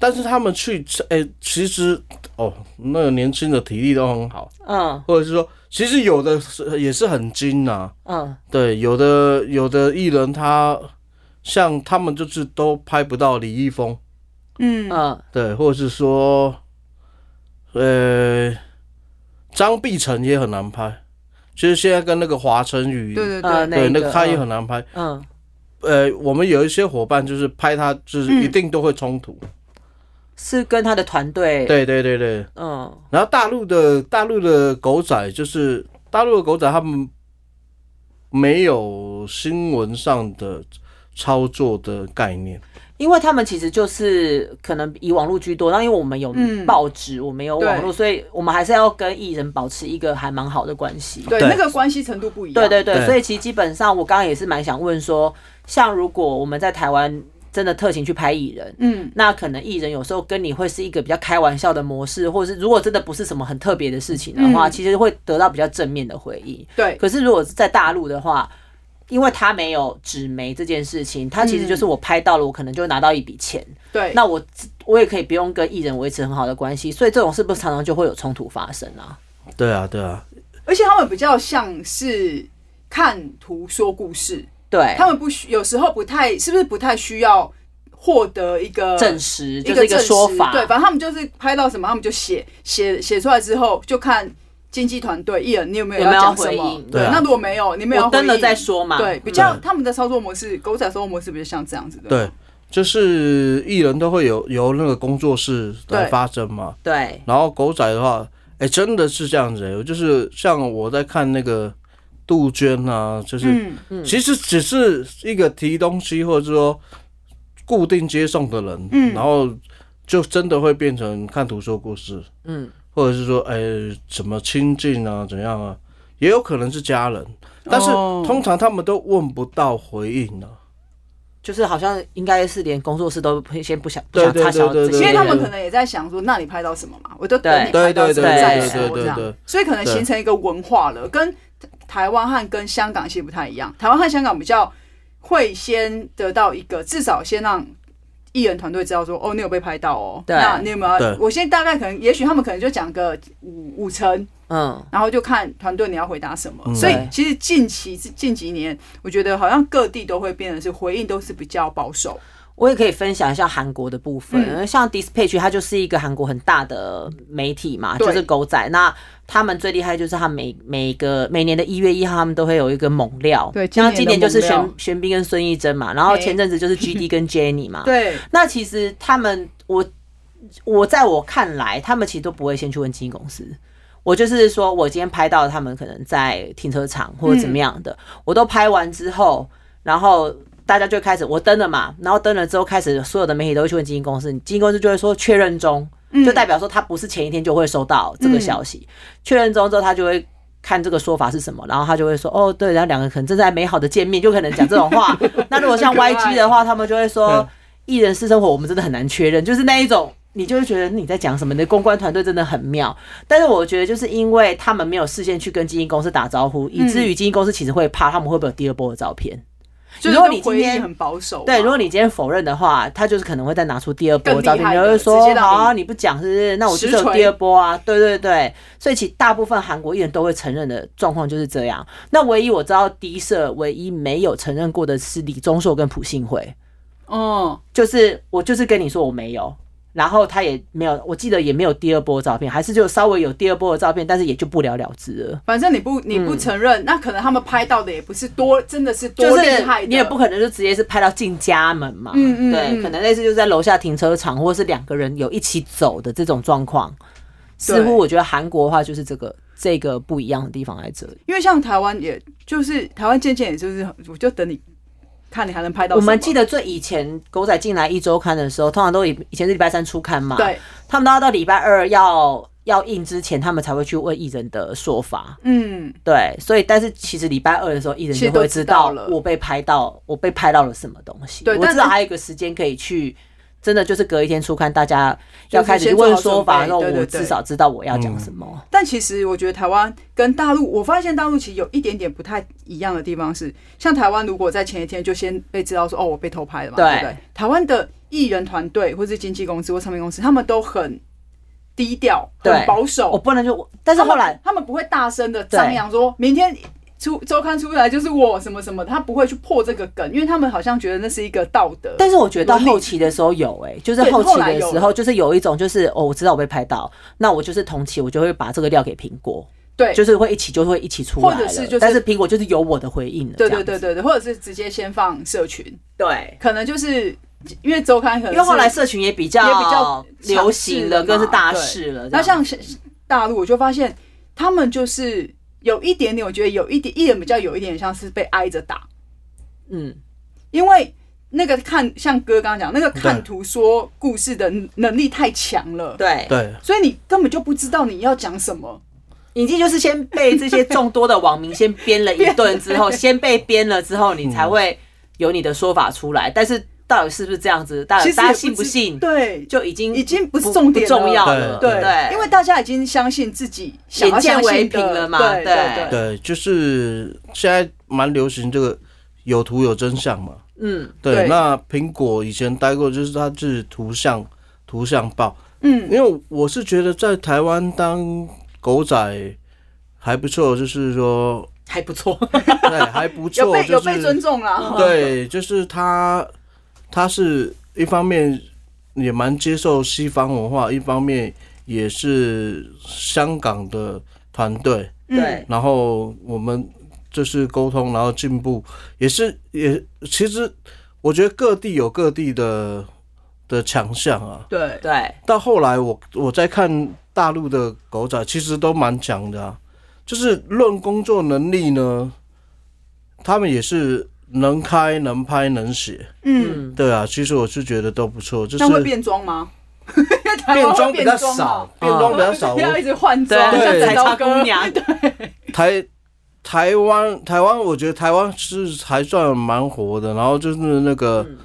[SPEAKER 1] 但是他们去，哎、其实哦，那个年轻的体力都很好，
[SPEAKER 3] 嗯
[SPEAKER 1] 或者是说，其实有的是也是很精啊，
[SPEAKER 3] 嗯，
[SPEAKER 1] 对，有的有的艺人他像他们就是都拍不到李易峰，
[SPEAKER 2] 嗯，
[SPEAKER 3] 嗯，
[SPEAKER 1] 对，或者是说，呃，张碧晨也很难拍，就是现在跟那个华晨宇，
[SPEAKER 2] 对对
[SPEAKER 3] 呃
[SPEAKER 2] 对，
[SPEAKER 1] 对，那
[SPEAKER 3] 那个
[SPEAKER 1] 个他也很难拍。
[SPEAKER 3] 嗯，
[SPEAKER 1] 呃，我们有一些伙伴就是拍他，就是一定都会冲突。
[SPEAKER 3] 是跟他的团队，
[SPEAKER 1] 对对对对。
[SPEAKER 3] 嗯，
[SPEAKER 1] 然后大陆的大陆的狗仔就是大陆的狗仔，他们没有新闻上的操作的概念。
[SPEAKER 3] 因为他们其实就是可能以网络居多，那因为我们有
[SPEAKER 2] 嗯
[SPEAKER 3] 报纸，我们有网络，
[SPEAKER 2] 对
[SPEAKER 3] 所以我们还是要跟艺人保持一个还蛮好的关系。
[SPEAKER 2] 对
[SPEAKER 1] 对
[SPEAKER 2] 那个关系程度不一样。
[SPEAKER 3] 对对对，
[SPEAKER 1] 对
[SPEAKER 3] 所以其实基本上我刚刚也是蛮想问说，像如果我们在台湾真的特勤去拍艺人。
[SPEAKER 2] 嗯，
[SPEAKER 3] 那可能艺人有时候跟你会是一个比较开玩笑的模式，或者是如果真的不是什么很特别的事情的话，
[SPEAKER 2] 嗯
[SPEAKER 3] 其实会得到比较正面的回应。
[SPEAKER 2] 对，
[SPEAKER 3] 可是如果是在大陆的话，因为他没有纸媒这件事情，他其实就是我拍到了，我可能就拿到一笔钱，
[SPEAKER 2] 对，
[SPEAKER 3] 那我我也可以不用跟艺人维持很好的关系，所以这种是不是常常就会有冲突发生啊？
[SPEAKER 1] 对啊，对啊，
[SPEAKER 2] 而且他们比较像是看图说故事，
[SPEAKER 3] 对，
[SPEAKER 2] 他们不需有时候不太是不是不太需要获得一个
[SPEAKER 3] 证实就是一个
[SPEAKER 2] 证实
[SPEAKER 3] 说法，
[SPEAKER 2] 对，反正他们就是拍到什么，他们就写写写出来之后，就看经纪团队艺人你有没
[SPEAKER 3] 有没有
[SPEAKER 2] 讲
[SPEAKER 3] 回
[SPEAKER 2] 什么
[SPEAKER 3] 应。
[SPEAKER 1] 对啊
[SPEAKER 2] 那如果没有，你没有
[SPEAKER 3] 我
[SPEAKER 2] 要回
[SPEAKER 3] 登了
[SPEAKER 2] 应
[SPEAKER 3] 再。说嘛。
[SPEAKER 2] 对，比
[SPEAKER 3] 嗯
[SPEAKER 2] 较
[SPEAKER 1] 对
[SPEAKER 2] 他们的操作模式，狗仔操作模式比较像这样子的。
[SPEAKER 1] 对，就是艺人都会有由那个工作室来
[SPEAKER 2] 对
[SPEAKER 1] 发声嘛。
[SPEAKER 3] 对，
[SPEAKER 1] 然后狗仔的话，哎、真的是这样子、欸，就是像我在看那个杜鹃啊，就是、
[SPEAKER 2] 嗯，
[SPEAKER 1] 其实只是一个提东西或者说固定接送的人，
[SPEAKER 2] 嗯
[SPEAKER 1] 然后就真的会变成看图说故事，
[SPEAKER 3] 嗯，
[SPEAKER 1] 或者是说，哎、怎么亲近啊，怎样啊，也有可能是家人，但是
[SPEAKER 2] 哦
[SPEAKER 1] 通常他们都问不到回应啊。
[SPEAKER 3] 就是好像应该是连工作室都先不想不
[SPEAKER 1] 对
[SPEAKER 3] 想
[SPEAKER 1] 对
[SPEAKER 3] 插销
[SPEAKER 1] 对
[SPEAKER 3] 这
[SPEAKER 1] 对对
[SPEAKER 2] 因为
[SPEAKER 3] 些
[SPEAKER 2] 他
[SPEAKER 3] 人。
[SPEAKER 2] 们可能也在想说，那你拍到什么嘛？我就等
[SPEAKER 3] 对
[SPEAKER 2] 你拍到
[SPEAKER 1] 对对
[SPEAKER 2] 什么
[SPEAKER 3] 对
[SPEAKER 2] 再
[SPEAKER 3] 对对
[SPEAKER 2] 说
[SPEAKER 1] 对
[SPEAKER 2] 这
[SPEAKER 1] 对
[SPEAKER 2] 样。所以可能
[SPEAKER 1] 对
[SPEAKER 2] 形成一个文化了，跟台湾和跟香港其实不太一样。台湾和香港比较会先得到一个，至少先让艺人团队知道说，哦，你有被拍到哦，
[SPEAKER 3] 对
[SPEAKER 2] 那你有没有
[SPEAKER 1] 对
[SPEAKER 2] 要？我现在大概可能，也许他们可能就讲个五五成，
[SPEAKER 3] 嗯，
[SPEAKER 2] 然后就看团队你要回答什么。
[SPEAKER 1] 嗯
[SPEAKER 2] 所以
[SPEAKER 3] 对
[SPEAKER 2] 其实近期近几年，我觉得好像各地都会变得是回应都是比较保守。
[SPEAKER 3] 我也可以分享一下韩国的部分，
[SPEAKER 2] 嗯
[SPEAKER 3] 因为像 Dispatch 它就是一个韩国很大的媒体嘛，
[SPEAKER 2] 对
[SPEAKER 3] 就是狗仔。那他们最厉害就是他每每个每年的一月一号，他们都会有一个猛料，
[SPEAKER 2] 对今
[SPEAKER 3] 像
[SPEAKER 2] 年的
[SPEAKER 3] 今年就是
[SPEAKER 2] 猛料
[SPEAKER 3] 玄玄彬跟孙艺珍嘛，然后
[SPEAKER 2] 嘿
[SPEAKER 3] 前阵子就是 GD 跟 Jenny 嘛，
[SPEAKER 2] 对，
[SPEAKER 3] 那其实他们，我我在我看来，他们其实都不会先去问经纪公司。我就是说，我今天拍到他们可能在停车场或者怎么样的，我都拍完之后，然后大家就开始我登了嘛，然后登了之后开始所有的媒体都会去问经纪公司，经纪公司就会说确认中，
[SPEAKER 2] 嗯
[SPEAKER 3] 就代表说他不是前一天就会收到这个消息，确认中之后他就会。看这个说法是什么，然后他就会说哦，对，然后两个可能正在美好的见面，就可能讲这种 话。那如果像
[SPEAKER 2] 很可爱
[SPEAKER 3] YG 的话，他们就会说
[SPEAKER 1] 嗯
[SPEAKER 3] 艺人私生活我们真的很难确认，就是那一种，你就会觉得你在讲什么，你的公关团队真的很妙。但是我觉得就是因为他们没有事先去跟经纪公司打招呼，以至
[SPEAKER 2] 嗯
[SPEAKER 3] 于经纪公司其实会怕他们会不会有第二波的照片。
[SPEAKER 2] 就是
[SPEAKER 3] 如果你今
[SPEAKER 2] 回应
[SPEAKER 3] 天
[SPEAKER 2] 很保守嘛，
[SPEAKER 3] 对，如果你今天否认的话，他就是可能会再拿出第二波
[SPEAKER 2] 啊更
[SPEAKER 3] 的
[SPEAKER 2] 厉害
[SPEAKER 3] 照片，你
[SPEAKER 2] 的
[SPEAKER 3] 就会
[SPEAKER 2] 直接
[SPEAKER 3] 说
[SPEAKER 2] 让
[SPEAKER 3] 好、
[SPEAKER 2] 你
[SPEAKER 3] 啊，你不讲是不是？那我就是
[SPEAKER 2] 实锤
[SPEAKER 3] 有第二波啊。对对对，所以其实大部分韩国艺人都会承认的状况就是这样。那唯一我知道第一社唯一没有承认过的是李钟硕跟朴信惠，
[SPEAKER 2] 嗯，
[SPEAKER 3] 就是我就是跟你说我没有。然后他也没有，我记得也没有第二波的照片，还是就稍微有第二波的照片，但是也就不了了之了。
[SPEAKER 2] 反正你不你不承认，那可能他们拍到的也不是多，真的嗯是多
[SPEAKER 3] 就
[SPEAKER 2] 厉
[SPEAKER 3] 是
[SPEAKER 2] 害的，
[SPEAKER 3] 你也不可能就直接是拍到进家门嘛，
[SPEAKER 2] 嗯嗯嗯
[SPEAKER 3] 对，可能类似就是在楼下停车场，或是两个人有一起走的这种状况。似乎我觉得韩国的话就是这个这个不一样的地方在这里。
[SPEAKER 2] 因为像台湾也，就是台湾渐渐也就是，我就等你看你还能拍到
[SPEAKER 3] 我
[SPEAKER 2] 什么。
[SPEAKER 3] 们记得最以前狗仔进来一周刊的时候，通常都以以前是礼拜三出刊嘛，，
[SPEAKER 2] 对，
[SPEAKER 3] 他们都要到礼拜二要要印之前，他们才会去问艺人的说法。
[SPEAKER 2] 嗯，
[SPEAKER 3] 对，所以但是其实礼拜二的时候，艺人
[SPEAKER 2] 其实
[SPEAKER 3] 就
[SPEAKER 2] 都
[SPEAKER 3] 会
[SPEAKER 2] 知
[SPEAKER 3] 知
[SPEAKER 2] 道
[SPEAKER 3] 道
[SPEAKER 2] 了
[SPEAKER 3] 我被拍到，我被拍到了什么东西。
[SPEAKER 2] 对
[SPEAKER 3] 我
[SPEAKER 2] 但
[SPEAKER 3] 知道
[SPEAKER 2] 是
[SPEAKER 3] 还有一个时间可以去，真的就是隔一天出刊，大家
[SPEAKER 2] 就是
[SPEAKER 3] 要开始
[SPEAKER 2] 先做
[SPEAKER 3] 问
[SPEAKER 2] 好
[SPEAKER 3] 说
[SPEAKER 2] 准
[SPEAKER 3] 法的
[SPEAKER 2] 备
[SPEAKER 3] 时候，
[SPEAKER 2] 对对
[SPEAKER 3] 我
[SPEAKER 2] 对
[SPEAKER 3] 至少知道我要讲什么。
[SPEAKER 2] 但其实我觉得台湾跟大陆，我发现大陆其实有一点点不太一样的地方是，像台湾如果在前一天就先被知道说哦我被偷拍了嘛，
[SPEAKER 3] 对
[SPEAKER 2] 对不对？台湾的艺人团队或是经纪公司或唱片公司，他们都很低调、很
[SPEAKER 3] 对
[SPEAKER 2] 保
[SPEAKER 3] 我
[SPEAKER 2] 守，
[SPEAKER 3] 不能就，但是后来
[SPEAKER 2] 他们他们不会大声的张扬说明天。出周刊出来就是我什么什么，他不会去破这个梗，因为他们好像觉得那是一个道德。
[SPEAKER 3] 但是我觉得到后期的时候有哎、就是后期的
[SPEAKER 2] 对后来
[SPEAKER 3] 时
[SPEAKER 2] 有
[SPEAKER 3] 候，就是有一种就是哦，我知道我被拍到，那我就是同期，我就会把这个料给苹果，
[SPEAKER 2] 对，
[SPEAKER 3] 就是会一起就会一起出来了。
[SPEAKER 2] 或者是就是
[SPEAKER 3] 但是苹果就是有我的回应了，这
[SPEAKER 2] 对对
[SPEAKER 3] 样
[SPEAKER 2] 对
[SPEAKER 3] 子
[SPEAKER 2] 对对，或者是直接先放社群，
[SPEAKER 3] 对。
[SPEAKER 2] 可能就是因为周刊可能
[SPEAKER 3] 因为后来
[SPEAKER 2] 是
[SPEAKER 3] 社群也比较
[SPEAKER 2] 也比较
[SPEAKER 3] 流行了，更是大事了。
[SPEAKER 2] 那
[SPEAKER 3] 这样
[SPEAKER 2] 像是大陆，我就发现他们就是有一点点，我觉得有一点艺人比较有一点像是被挨着打，
[SPEAKER 3] 嗯，
[SPEAKER 2] 因为那个看像哥刚刚讲那个看
[SPEAKER 1] 对
[SPEAKER 2] 图说故事的能力太强了，
[SPEAKER 3] 对，
[SPEAKER 1] 对，
[SPEAKER 2] 所以你根本就不知道你要讲什么。
[SPEAKER 3] 已经就是先被这些众多的网民先编了一顿之后，先被编了之后，你才会有你的说法出来。但是到底是不是这样子，大
[SPEAKER 2] 其实
[SPEAKER 3] 呃大家
[SPEAKER 2] 也
[SPEAKER 3] 信
[SPEAKER 2] 不
[SPEAKER 3] 不
[SPEAKER 2] 知
[SPEAKER 3] 信，
[SPEAKER 2] 对，
[SPEAKER 3] 就已经
[SPEAKER 2] 已经不
[SPEAKER 3] 不
[SPEAKER 2] 是重点了
[SPEAKER 3] 不重要了，
[SPEAKER 1] 对
[SPEAKER 2] 对，
[SPEAKER 3] 对，
[SPEAKER 2] 因为大家已经相信自己想要
[SPEAKER 3] 眼见
[SPEAKER 2] 相信
[SPEAKER 3] 为
[SPEAKER 2] 的
[SPEAKER 3] 凭了嘛
[SPEAKER 2] 对对
[SPEAKER 3] 对
[SPEAKER 1] 对，就是现在蛮流行这个有图有真相嘛。
[SPEAKER 3] 嗯，
[SPEAKER 1] 对，
[SPEAKER 2] 对
[SPEAKER 1] 那苹果以前待过，就是它是图像图像报，
[SPEAKER 2] 嗯，
[SPEAKER 1] 因为我是觉得在台湾当狗仔还不错，就是 说
[SPEAKER 3] 还不错，
[SPEAKER 1] 对还不
[SPEAKER 2] 有
[SPEAKER 1] 错，
[SPEAKER 2] 被
[SPEAKER 1] 就
[SPEAKER 2] 有被尊
[SPEAKER 1] 是嗯
[SPEAKER 2] 重啊啦。嗯
[SPEAKER 1] 对，就是他他是一方面也蛮接受西方文化，一方面也是香港的团队，
[SPEAKER 2] 嗯
[SPEAKER 3] 对
[SPEAKER 1] 然后我们就是沟通，然后进步，也是也其实我觉得各地有各地的的强项啊。
[SPEAKER 2] 对
[SPEAKER 3] 对，
[SPEAKER 1] 到后来我我在看大陆的狗仔，其实都蛮强的啊，就是论工作能力呢，他们也是能开能拍能写，
[SPEAKER 2] 嗯，
[SPEAKER 3] 嗯，
[SPEAKER 1] 对啊，其实我是觉得都不错，就是
[SPEAKER 2] 那会变装吗？ 台
[SPEAKER 1] 变
[SPEAKER 2] 湾会
[SPEAKER 1] 装比较
[SPEAKER 2] 变啊
[SPEAKER 1] 少
[SPEAKER 2] 嘛，
[SPEAKER 1] 变装比较少，
[SPEAKER 2] 要
[SPEAKER 1] 我
[SPEAKER 2] 一直换
[SPEAKER 3] 对
[SPEAKER 2] 装，
[SPEAKER 3] 啊，
[SPEAKER 2] 像
[SPEAKER 1] 对
[SPEAKER 2] 整
[SPEAKER 3] 彩
[SPEAKER 2] 刀
[SPEAKER 3] 超
[SPEAKER 2] 哥
[SPEAKER 3] 姑， 娘，
[SPEAKER 1] 台台湾台湾，我觉得台湾是还算蛮活的，然后就是那个、
[SPEAKER 2] 嗯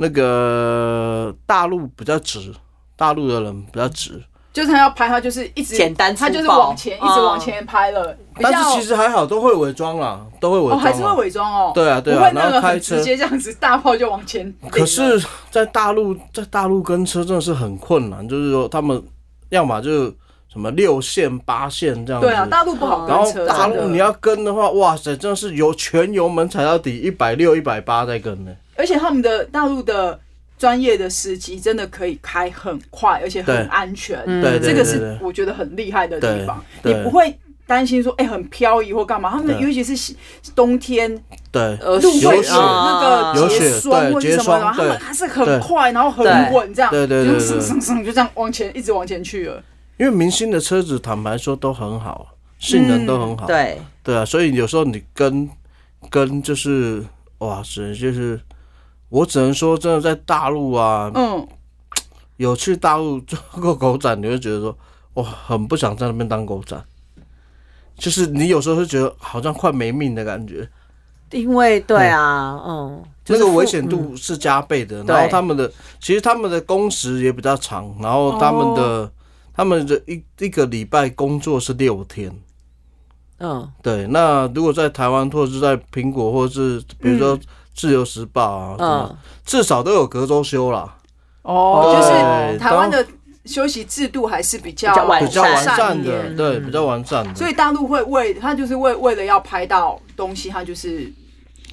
[SPEAKER 1] 那个大陆比较直，大陆的人比较直，
[SPEAKER 2] 就是他要拍，他就是一直
[SPEAKER 3] 简单粗暴嗯
[SPEAKER 2] 他就是往前一直往前拍了。比较
[SPEAKER 1] 嗯但是其实还好，都会伪装啦，都会伪
[SPEAKER 2] 哦
[SPEAKER 1] 装、啦啊
[SPEAKER 2] 还是会伪装哦，
[SPEAKER 1] 对啊对
[SPEAKER 2] 不
[SPEAKER 1] 啊
[SPEAKER 2] 会
[SPEAKER 1] 然
[SPEAKER 2] 那
[SPEAKER 1] 后
[SPEAKER 2] 个很
[SPEAKER 1] 开车
[SPEAKER 2] 直接这样子大炮就往前顶了。
[SPEAKER 1] 可是，在大陆，在大陆跟车真的是很困难，就是说他们要么就什么六线、八线这样子，
[SPEAKER 2] 对啊，大陆
[SPEAKER 3] 嗯
[SPEAKER 2] 不好
[SPEAKER 1] 然
[SPEAKER 2] 跟
[SPEAKER 1] 后
[SPEAKER 2] 车，
[SPEAKER 1] 大
[SPEAKER 2] 真
[SPEAKER 1] 陆
[SPEAKER 2] 的
[SPEAKER 1] 你要跟的话，哇塞，真的是油全油门踩到底，一百六、一百八在跟呢、
[SPEAKER 2] 而且他们的大陆的专业的司机真的可以开很快，而且很
[SPEAKER 1] 对
[SPEAKER 2] 安全。
[SPEAKER 3] 嗯
[SPEAKER 1] 对对
[SPEAKER 2] 这
[SPEAKER 1] 对
[SPEAKER 2] 个
[SPEAKER 1] 对
[SPEAKER 2] 是我觉得很厉害的地方，
[SPEAKER 1] 对
[SPEAKER 2] 你
[SPEAKER 1] 对
[SPEAKER 2] 不会担心说哎、很漂移或干嘛。他们
[SPEAKER 1] 对
[SPEAKER 2] 尤其是冬天，
[SPEAKER 1] 对
[SPEAKER 3] 呃
[SPEAKER 2] 路
[SPEAKER 1] 有
[SPEAKER 2] 会有
[SPEAKER 1] 雪啊
[SPEAKER 2] 那个
[SPEAKER 1] 有
[SPEAKER 2] 结
[SPEAKER 1] 雪
[SPEAKER 2] 霜
[SPEAKER 1] 对
[SPEAKER 2] 或者是
[SPEAKER 1] 结
[SPEAKER 2] 什么的，
[SPEAKER 1] 霜
[SPEAKER 2] 他们
[SPEAKER 1] 对
[SPEAKER 2] 还是很快，然后很稳这样，
[SPEAKER 1] 对对对对
[SPEAKER 2] 就
[SPEAKER 1] 对
[SPEAKER 2] 是嗖嗖嗖就这样往前一直往前去了。
[SPEAKER 1] 因为明星的车子坦白说都很好，性能都很好，
[SPEAKER 3] 嗯对，
[SPEAKER 1] 对啊，所以有时候你跟跟就是哇塞，就是我只能说，真的在大陆啊，
[SPEAKER 2] 嗯，
[SPEAKER 1] 有去大陆做过狗展，你会觉得说，哇，很不想在那边当狗展。就是你有时候会觉得好像快没命的感觉，
[SPEAKER 3] 因为对啊，嗯，就是
[SPEAKER 1] 那个
[SPEAKER 3] 付
[SPEAKER 1] 危险度是加倍的。
[SPEAKER 3] 对
[SPEAKER 1] 然后他们的其实他们的工时也比较长，然后他们的、
[SPEAKER 3] 哦
[SPEAKER 1] 他们的一一个礼拜工作是六天。
[SPEAKER 3] 嗯，
[SPEAKER 1] 对，那如果在台湾或者是在苹果，或者是比如说《自由时报》啊，
[SPEAKER 3] 嗯
[SPEAKER 1] 什么
[SPEAKER 3] 嗯，
[SPEAKER 1] 至少都有隔周休啦，
[SPEAKER 2] 哦，就
[SPEAKER 1] 对
[SPEAKER 2] 是台湾的休息制度还是比较
[SPEAKER 3] 比较完
[SPEAKER 1] 比较完
[SPEAKER 2] 哎善
[SPEAKER 1] 善
[SPEAKER 2] 一
[SPEAKER 1] 的，
[SPEAKER 2] 点。
[SPEAKER 1] 对，比较完善的。
[SPEAKER 2] 所以大陆会为他就是为为了要拍到东西，他就是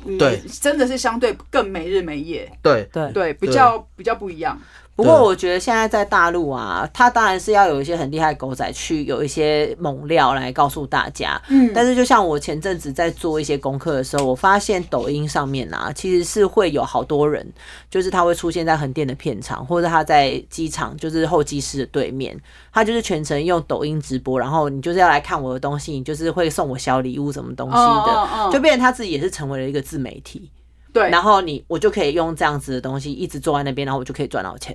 [SPEAKER 2] 嗯
[SPEAKER 1] 对
[SPEAKER 2] 真的是相对更没日没夜，
[SPEAKER 1] 对
[SPEAKER 3] 对。
[SPEAKER 2] 对，比较比较不一样。
[SPEAKER 3] 不过我觉得现在在大陆啊，他当然是要有一些很厉害的狗仔去有一些猛料来告诉大家。
[SPEAKER 2] 嗯
[SPEAKER 3] 但是就像我前阵子在做一些功课的时候，我发现抖音上面啊，其实是会有好多人，就是他会出现在横店的片场，或者他在机场，就是候机室的对面，他就是全程用抖音直播，然后你就是要来看我的东西，你就是会送我小礼物什么东西的，
[SPEAKER 2] 嗯嗯嗯
[SPEAKER 3] 就变成他自己也是成为了一个自媒体。
[SPEAKER 2] 对，
[SPEAKER 3] 然后你我就可以用这样子的东西一直坐在那边，然后我就可以赚到钱。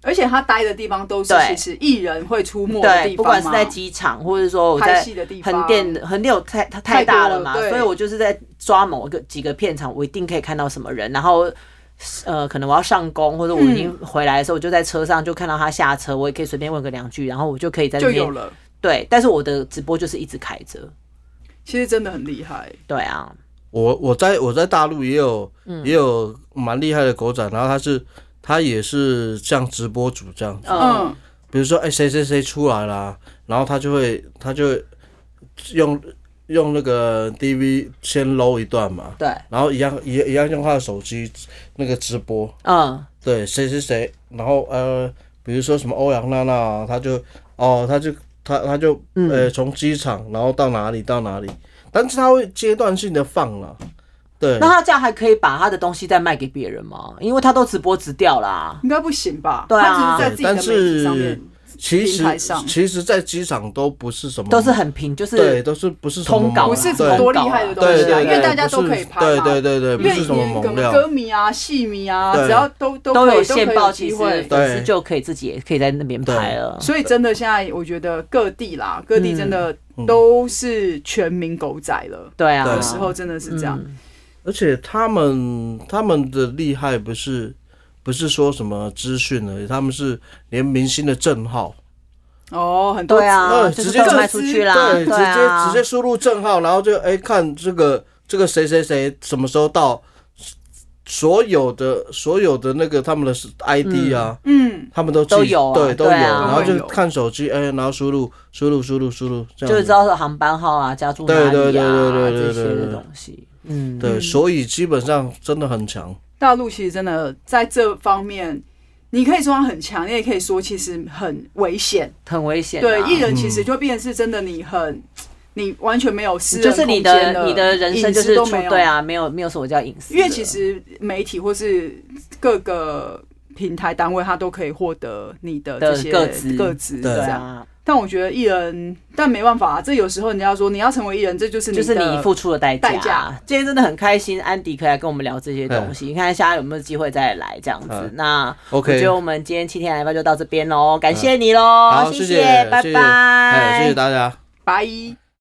[SPEAKER 2] 而且他待的地方都是
[SPEAKER 3] 对
[SPEAKER 2] 其实艺人会出没的地
[SPEAKER 3] 对，
[SPEAKER 2] 方
[SPEAKER 3] 不管是
[SPEAKER 2] 嘛
[SPEAKER 3] 在机场，或者说我
[SPEAKER 2] 拍
[SPEAKER 3] 在
[SPEAKER 2] 戏的地方
[SPEAKER 3] 横店，横店有太太太
[SPEAKER 2] 太多
[SPEAKER 3] 大了
[SPEAKER 2] 了
[SPEAKER 3] 嘛，
[SPEAKER 2] 对
[SPEAKER 3] 所以我就是在抓某个几个片场，我一定可以看到什么人，然后。呃，可能我要上工，或者我已经
[SPEAKER 2] 嗯
[SPEAKER 3] 回来的时候，我就在车上就看到他下车，我也可以随便问个两句，然后我就可以在那
[SPEAKER 2] 就有
[SPEAKER 3] 边
[SPEAKER 2] 了。
[SPEAKER 3] 对。但是我的直播就是一直开着，
[SPEAKER 2] 其实真的很厉害，
[SPEAKER 3] 对啊，
[SPEAKER 1] 我我在我在大陆也有、也有蛮厉害的狗仔，然后他是他也是像直播主这样子，
[SPEAKER 3] 嗯，
[SPEAKER 2] 嗯，
[SPEAKER 1] 比如说哎谁谁谁出来啦，然后他就会他就会用用那个 DV 先搂一段嘛，
[SPEAKER 3] 对，
[SPEAKER 1] 然后一样一一样用他的手机那个直播，
[SPEAKER 3] 嗯，
[SPEAKER 1] 对谁谁谁，然后呃，比如说什么欧阳娜娜啊，她就哦，她就她她就
[SPEAKER 3] 嗯
[SPEAKER 1] 呃从机场然后到哪里到哪里，但是她会阶段性的放了，对
[SPEAKER 3] 那，他这样还可以把他的东西再卖给别人吗？因为他都直播直掉啦，
[SPEAKER 2] 应该不行吧？
[SPEAKER 3] 对啊
[SPEAKER 2] 他只是在自己的
[SPEAKER 1] 对
[SPEAKER 2] 媒体上面，
[SPEAKER 1] 其
[SPEAKER 2] 平台
[SPEAKER 1] 实
[SPEAKER 2] 上
[SPEAKER 1] 其实，在机场都不是什么，
[SPEAKER 3] 都是很平，就是
[SPEAKER 1] 对，都是不是什么
[SPEAKER 3] 通稿啊啦
[SPEAKER 1] 猛
[SPEAKER 2] 不是
[SPEAKER 1] 对
[SPEAKER 2] 多厉害的东西啊
[SPEAKER 1] 对对对，
[SPEAKER 2] 因为大家都
[SPEAKER 1] 不是
[SPEAKER 2] 可以拍嘛
[SPEAKER 1] 对对对对，
[SPEAKER 2] 因
[SPEAKER 1] 不
[SPEAKER 2] 为
[SPEAKER 1] 是
[SPEAKER 2] 你
[SPEAKER 1] 什么猛
[SPEAKER 2] 可能
[SPEAKER 1] 料，
[SPEAKER 2] 歌迷啊、戏迷啊，
[SPEAKER 1] 对
[SPEAKER 2] 只要都都
[SPEAKER 3] 都
[SPEAKER 2] 可以
[SPEAKER 3] 有线报，其
[SPEAKER 2] 机
[SPEAKER 3] 实粉
[SPEAKER 2] 会。
[SPEAKER 3] 丝
[SPEAKER 1] 对
[SPEAKER 3] 就可以自己也可以在那边拍了。
[SPEAKER 2] 所以真的，现在我觉得各地啦，各地真的都是全民狗仔了。
[SPEAKER 3] 嗯对啊，
[SPEAKER 1] 对
[SPEAKER 2] 有时候真的是这样，
[SPEAKER 1] 而且他们他们的厉害不是不是说什么资讯而已，他们是连明星的证号。
[SPEAKER 2] 哦，很多
[SPEAKER 3] 对啊，
[SPEAKER 1] 呃
[SPEAKER 3] 就
[SPEAKER 1] 直
[SPEAKER 3] 是
[SPEAKER 1] 接
[SPEAKER 3] 都有
[SPEAKER 1] 就
[SPEAKER 3] 卖出去啦，
[SPEAKER 1] 对，直
[SPEAKER 3] 啊，
[SPEAKER 1] 接直接输入正号，然后就哎、看这个这个谁谁谁什么时候到，所有的所有的那个他们的 ID 啊，
[SPEAKER 2] 嗯，
[SPEAKER 1] 他们都记
[SPEAKER 3] 都有啊
[SPEAKER 1] 对都有，
[SPEAKER 3] 对啊
[SPEAKER 1] 然后
[SPEAKER 2] 都会
[SPEAKER 1] 就
[SPEAKER 2] 有
[SPEAKER 1] 看手机，哎、然后输入输入输入输入这
[SPEAKER 3] 就
[SPEAKER 1] 样
[SPEAKER 3] 是
[SPEAKER 1] 子，
[SPEAKER 3] 知道是航班号啊、家住哪里啊
[SPEAKER 1] 对对对对对
[SPEAKER 3] 这
[SPEAKER 1] 对
[SPEAKER 3] 些
[SPEAKER 1] 对
[SPEAKER 3] 的
[SPEAKER 1] 对
[SPEAKER 3] 东西。嗯，
[SPEAKER 1] 对，所以基本上真的很强，
[SPEAKER 2] 大陆其实真的在这方面，你可以说它很强，你也可以说其实很危险。
[SPEAKER 3] 很危险啊。
[SPEAKER 2] 对，艺人其实就变成是真的，你很。你完全没有私人
[SPEAKER 3] 就是你
[SPEAKER 2] 空间
[SPEAKER 3] 的
[SPEAKER 2] 了
[SPEAKER 3] 你的人生
[SPEAKER 2] 隐
[SPEAKER 3] 就
[SPEAKER 2] 私
[SPEAKER 3] 是
[SPEAKER 2] 都
[SPEAKER 3] 出
[SPEAKER 2] 没有
[SPEAKER 3] 对，啊，没有没有什么叫隐私的，
[SPEAKER 2] 因为其实媒体或是各个平台单位，它都可以获得你的这些
[SPEAKER 3] 的个资
[SPEAKER 2] 各自
[SPEAKER 1] 对
[SPEAKER 3] 对
[SPEAKER 2] 这样。
[SPEAKER 3] 啊，
[SPEAKER 2] 但我觉得艺人，但没办法、啊，这有时候人家说你要成为艺人，这就是你
[SPEAKER 3] 就是
[SPEAKER 2] 的
[SPEAKER 3] 你付出的代价。啊
[SPEAKER 2] 代价
[SPEAKER 3] 今天真的很开心，安迪可以来跟我们聊这些东西，看下有没有机会再来这样子
[SPEAKER 1] 嗯。
[SPEAKER 3] 那
[SPEAKER 1] OK
[SPEAKER 3] 我觉得我们今天七天来吧就到这边喽，感谢你喽
[SPEAKER 1] 好，，
[SPEAKER 3] 谢
[SPEAKER 1] 谢谢
[SPEAKER 3] 拜
[SPEAKER 1] 谢谢
[SPEAKER 3] 拜，
[SPEAKER 1] 哎谢谢大家。
[SPEAKER 2] 白衣。